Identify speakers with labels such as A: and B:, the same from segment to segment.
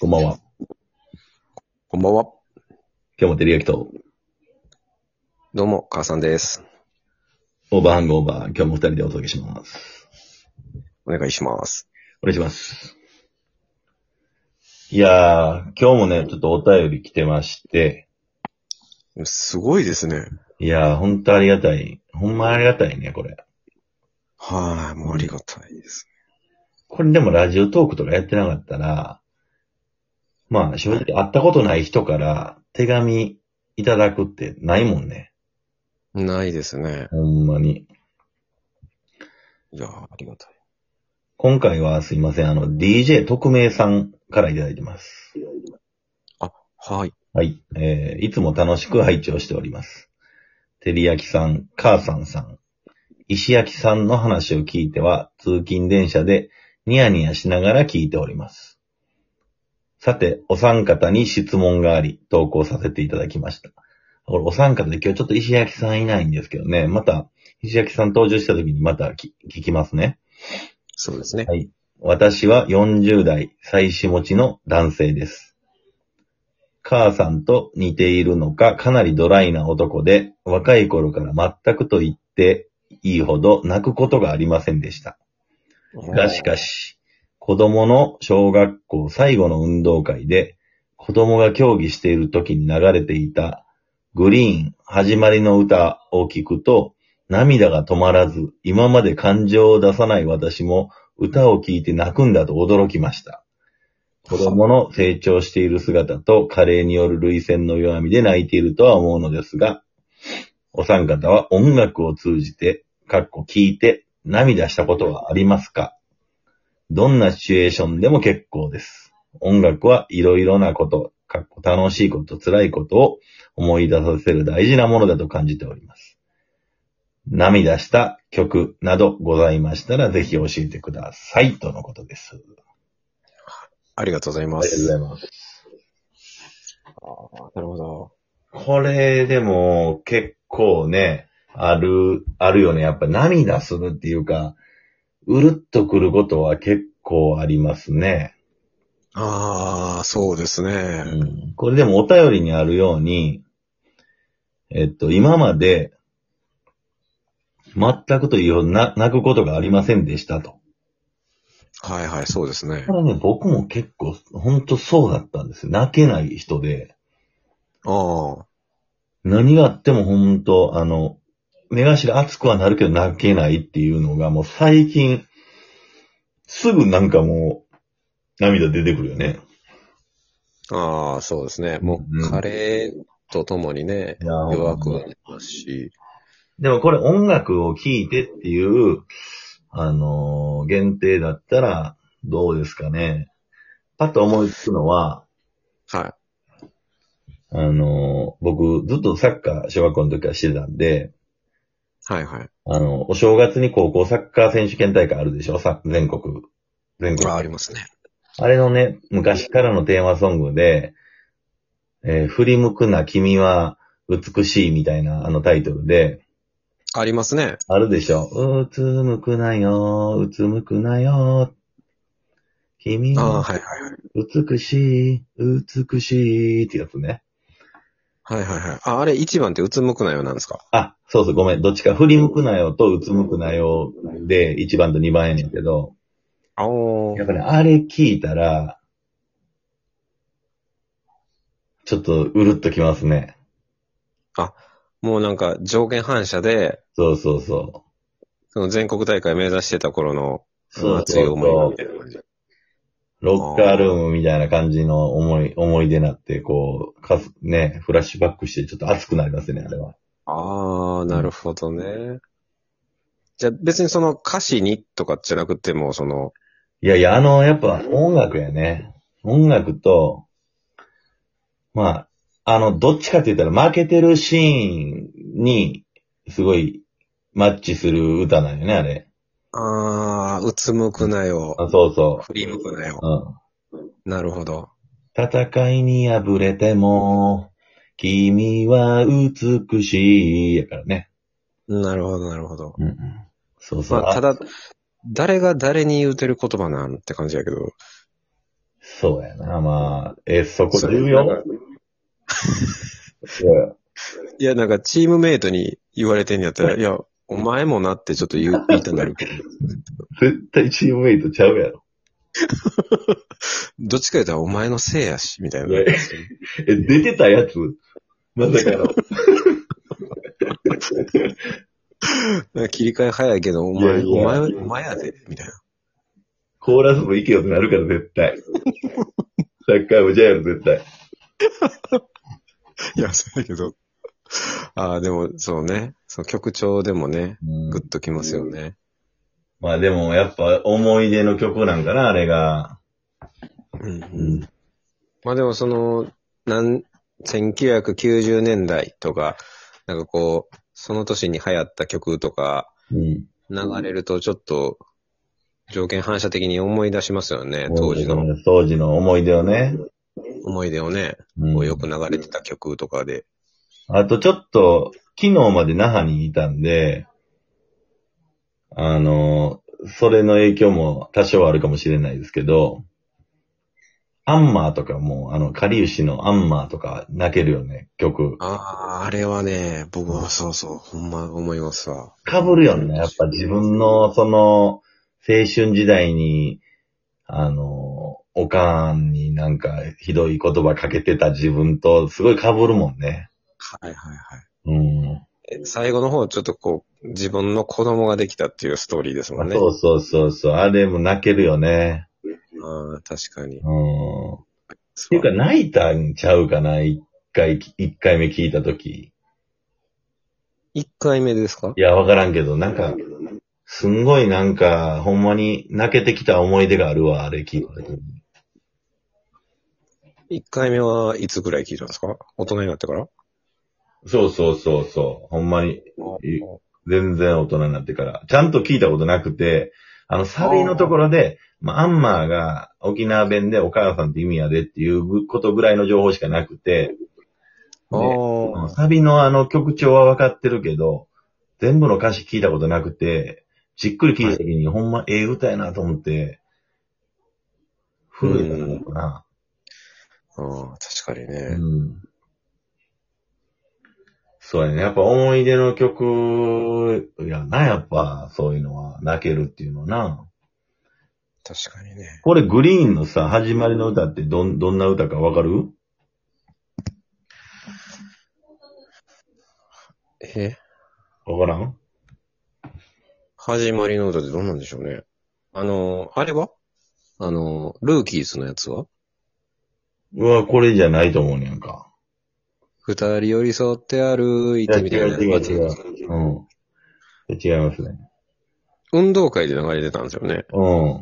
A: こんばんは。
B: こんばんは。
A: 今日も照り焼きと、
B: どうも、母さんです。
A: オーバーハングオーバー、今日も二人でお届けします。
B: お願いします。
A: お願いします。いやー、今日もね、ちょっとお便り来てまして、
B: すごいですね。
A: いやー、ほんとありがたい。ほんまありがたいね、これ。
B: はい、もうありがたいです。
A: これでもラジオトークとかやってなかったら、まあ正直会ったことない人から手紙いただくってないもんね。
B: ないですね。
A: ほんまに。
B: いやー、ありがたい。
A: 今回はすいません、あの、DJ 特命さんからいただいてます。
B: はい。
A: はい。えー、いつも楽しく拝聴しております。てりやきさん、母さんさん、石焼さんの話を聞いては、通勤電車でニヤニヤしながら聞いております。さて、お三方に質問があり、投稿させていただきました。これお三方で今日ちょっと石焼さんいないんですけどね、また、石焼さん登場した時にまたき聞きますね。
B: そうですね。
A: はい。私は40代、妻子持ちの男性です。母さんと似ているのか、かなりドライな男で、若い頃から全くと言っていいほど泣くことがありませんでした。が、しかし、子供の小学校最後の運動会で、子供が競技している時に流れていた、グリーン、始まりの歌を聞くと、涙が止まらず、今まで感情を出さない私も、歌を聴いて泣くんだと驚きました。子供の成長している姿と、加齢による涙腺の弱みで泣いているとは思うのですが、お三方は音楽を通じて、かっこ聴いて、涙したことはありますかどんなシチュエーションでも結構です。音楽はいろいろなこと、かっこ楽しいこと、辛いことを思い出させる大事なものだと感じております。涙した曲などございましたらぜひ教えてください。とのことです。
B: ありがとうございます。
A: います。
B: あーなるほど。
A: これでも結構ね、ある、あるよね。やっぱ涙するっていうか、うるっとくることは結構ありますね。
B: ああ、そうですね。
A: うんこれでもお便りにあるように、えっと、今まで、全くというような、泣くことがありませんでしたと。
B: はいはい、そうですね
A: こ。れね、僕も結構、本当そうだったんですよ。泣けない人で、
B: ああ、
A: 何があっても本当あの、目頭熱くはなるけど泣けないっていうのが、もう最近、すぐなんかもう、涙出てくるよね。
B: ああ、そうですね。も
A: うん
B: う、カレーとともにね、
A: いや
B: 弱くはなりますし。
A: でもこれ音楽を聴いてっていう、あのー限定だったら、どうですかね。パッと思いつくのは、
B: は
A: あのー僕、ずっとサッカー、小学校の時からしてたんで、
B: い。はいはい。
A: あの、お正月に高校サッカー選手権大会あるでしょさ全国。全
B: あ
A: 国。
B: ーありますね。
A: あれのね、昔からのテーマソングで、えー振り向くな君は美しいみたいなあのタイトルで、
B: ありますね。
A: あるでしょ。うつむくなよ、うつむくなよ。君
B: ああ、
A: は
B: はいはいはい。
A: 美しい、美しいってやつね。
B: はいはいはい。あ、あれ、一番ってうつむくなよなんですか
A: あ、そうそう、ごめん。どっちか、振り向くなよとうつむくなよで、1番と2番やねんけど、
B: あお
A: やっぱね、あれ聞いたら、ちょっとうるっときますね。
B: もうなんか条件反射で、
A: そうそうそう。
B: その全国大会目指してた頃の
A: そう
B: 熱
A: そう
B: い思いが
A: そ
B: みたいな感じ。
A: う。ロッカールームみたいな感じの思い、思い出になって、こう、かす、ね、フラッシュバックしてちょっと熱くなりますね、あれは。
B: ああ、なるほどね。じゃあ別にその歌詞にとかじゃなくても、その、
A: いやいや、あの、やっぱ音楽やね。音楽と、まあ、あの、どっちかって言ったら負けてるシーンに、すごい、マッチする歌なんよね、あれ。
B: ああ、うつむくなよ。
A: あそうそ
B: 振り向くなよ。
A: う。うん。
B: なるほど。
A: 戦いに敗れても、君は美しい、やからね。
B: なるほど、なるほど。
A: うんうん。そうそう。
B: まあ、
A: あ
B: ただ、誰が誰に言うてる言葉なんて感じやけど、
A: そうやな。まあ、え、そこ
B: それ
A: 重
B: なん
A: 要
B: かいや、なんかチームメイトに言われてんやったら、いや、お前もなってちょっと言う言いたなるけど。
A: 絶対チームメイトちゃうやろ。
B: どっちか言ったらお前のせいやし、みたいな。
A: ええ、出てたやつまさかの。
B: なんか切り替え早いけど、お
A: いやい
B: 前、
A: や
B: お前、お前やで、みたいな。
A: コーラス部行けよってなるから、絶対。サッカー部じゃやろ、絶対。
B: いや、そうだけど。 ああ、でも、そうね。その曲調でもね、グッときますよね。
A: まあでも、やっぱ思い出の曲なんかな、あれが。
B: うんうん。まあでもその、なん、1990年代とか、なんかこう、その年に流行った曲とか
A: うん。
B: 流れるとちょっと、条件反射的に思い出しますよね。当時の。
A: 当時の思い出をね。
B: 思い出をね、
A: うん
B: こうよく流れてた曲とかで。
A: あとちょっと、昨日まで那覇にいたんで、あの、それの影響も多少あるかもしれないですけど、アンマーとかも、あの、かりゆしのアンマーとか泣けるよね、曲。
B: ああ、あれはね、僕はそうそう、ほんま思いますわ。
A: かぶるよね、やっぱ自分の、その、青春時代に、あの、おかんになんかひどい言葉かけてた自分と、すごいかぶるもんね。
B: はいはいはい。
A: うん。
B: え最後の方、ちょっとこう、自分の子供ができたっていうストーリーですもんね。
A: そうそうそうそう、あれも泣けるよね。
B: ああ、確かに。
A: うん。っていうか、泣いたんちゃうかな、一回、一回目聞いたとき。
B: 一回目ですか
A: いや、わからんけど、なんか、すんごいなんか、ほんまに泣けてきた思い出があるわ、あれ聞いたとき。
B: 一回目はいつぐらい聞いたんですか大人になってから
A: そうそうそうそう、ほんまに、え全然大人になってから。ちゃんと聞いたことなくて、あの、サビのところで、まあ、アンマーが沖縄弁でお母さんって意味やでっていうことぐらいの情報しかなくて、
B: あ
A: あの
B: あ。
A: サビのあの曲調は分かってるけど、全部の歌詞聞いたことなくて、じっくり聞いた時に、ほんまええ歌やなと思って、古いかなかな、
B: ああ確かに
A: う
B: ね。
A: ん。そうやね。やっぱ思い出の曲やな、やっぱ、そういうのは、泣けるっていうのはな。
B: 確かにね。
A: これグリーンのさ、始まりの歌ってどん、どんな歌かわかる
B: え
A: わからん
B: 始まりの歌ってどうなんでしょうね。あの、あれはあの、ルーキーズのやつは
A: うわ、これじゃないと思うねんか。
B: 二人寄り添って歩いてみたいな。
A: いや違う違ううん。違いますね。
B: 運動会で流れてたんですよね。
A: うん。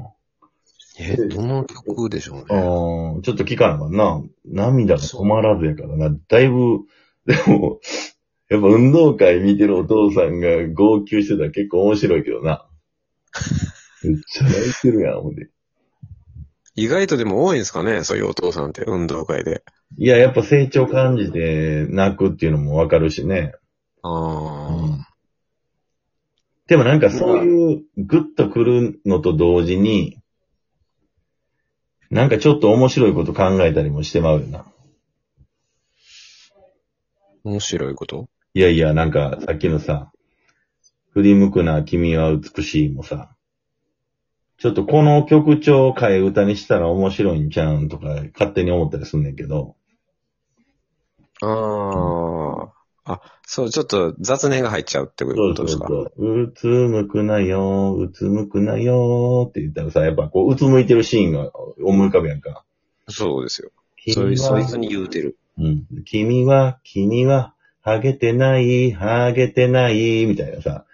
B: え、どの曲でしょうね。
A: うん、ちょっと聞かなあかんな。涙が止まらずやからな。だいぶ、 でも、やっぱ運動会見てるお父さんが号泣してたら結構面白いけどな。めっちゃ泣いてるやん、ほんで。
B: 意外とでも多いんですかねそういうお父さんって、運動会で。
A: いや、やっぱ成長感じて泣くっていうのもわかるしね。
B: ああ、
A: でもなんかそういうグッとくるのと同時に、なんかちょっと面白いこと考えたりもしてまうよな。
B: 面白いこと
A: いやいや、なんかさっきのさ、振り向くな君は美しいもさ、ちょっとこの曲調を替え歌にしたら面白いんちゃうんとか勝手に思ったりすんねんけど、
B: ああ、あ、そう、ちょっと雑念が入っちゃうってことですか
A: う。うつむくなよ、うつむくなよって言ったらさ、やっぱこう、うつむいてるシーンが思い浮かぶやんか。
B: そうですよ。そいそいつに言うてる。
A: うん。君は、君は、ハゲてない、ハゲてない、みたいなさ。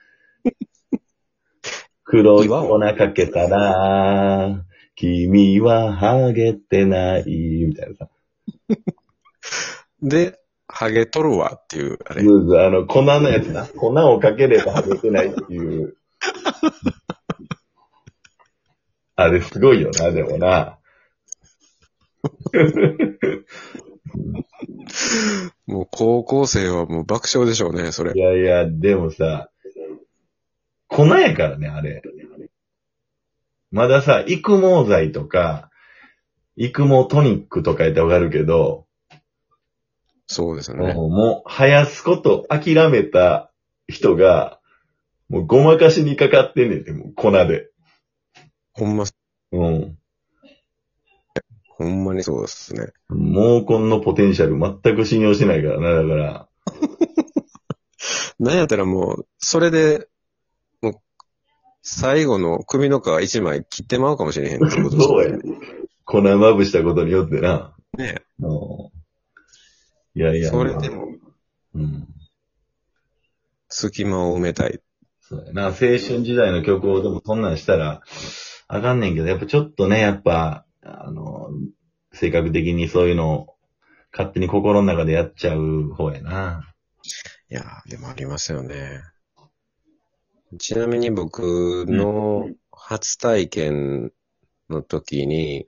A: 黒い粉かけたら、君はハゲてない、みたいなさ。
B: で、ハゲ取るわっていう、あ
A: ず
B: れ。
A: ーずーあの、粉のやつな。粉をかければハゲてないっていう。あれすごいよな、でもな。
B: もう高校生はもう爆笑でしょうね、それ
A: い。やいや、でもさ、粉やからね、あれ。まださ、育毛剤とか、育毛トニックとかやってわかるけど、
B: そうですよね。
A: もう、もう生やすこと諦めた人が、もうごまかしにかかってんねんって、もう粉で。
B: ほんま、
A: うん。
B: ほんまにそうですね。
A: 毛根のポテンシャル全く信用してないからな、だから。
B: なんやったらもう、それで、もう、最後の首の皮一枚切ってまうかもしれへんってことです
A: そう
B: よ
A: や
B: ね。
A: 粉まぶしたことによってな。
B: ね
A: うんいやいや。
B: それでも、
A: うん。
B: 隙間を埋めたい。
A: そうやな、青春時代の曲をでもそんなんしたら、あかんねんけど、やっぱちょっとね、やっぱ、あの、性格的にそういうのを勝手に心の中でやっちゃう方やな。
B: いやー、でもありますよね。ちなみに僕の初体験の時に、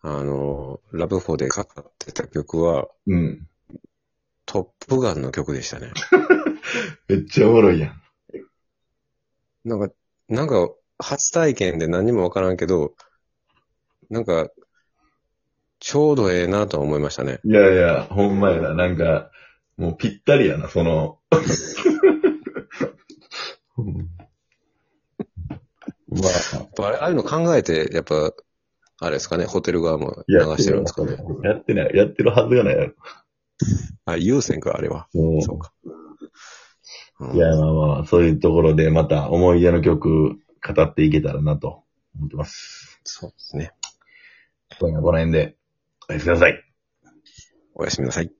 B: あの、ラブホでかかってた曲は、
A: うん。
B: トップガンの曲でしたね。
A: めっちゃおもろいやん。
B: なんか、なんか、初体験で何もわからんけど、なんか、ちょうどええなとは思いましたね。
A: いやいや、ほんまやな。なんか、もうぴったりやな、その。うん まあ
B: やっぱあれああいうの考えて、やっぱ、あれですかね、ホテル側も流
A: や
B: してるんですかね。
A: やってない。やってるはずがないやろ。
B: あ、優先か、あれは。
A: もう
B: そうか。うん
A: いや、まあまあ、そういうところでまた思い出の曲語っていけたらなと思ってます。
B: そうですね。
A: 今夜はこの辺でおやすみなさい。
B: おやすみなさい。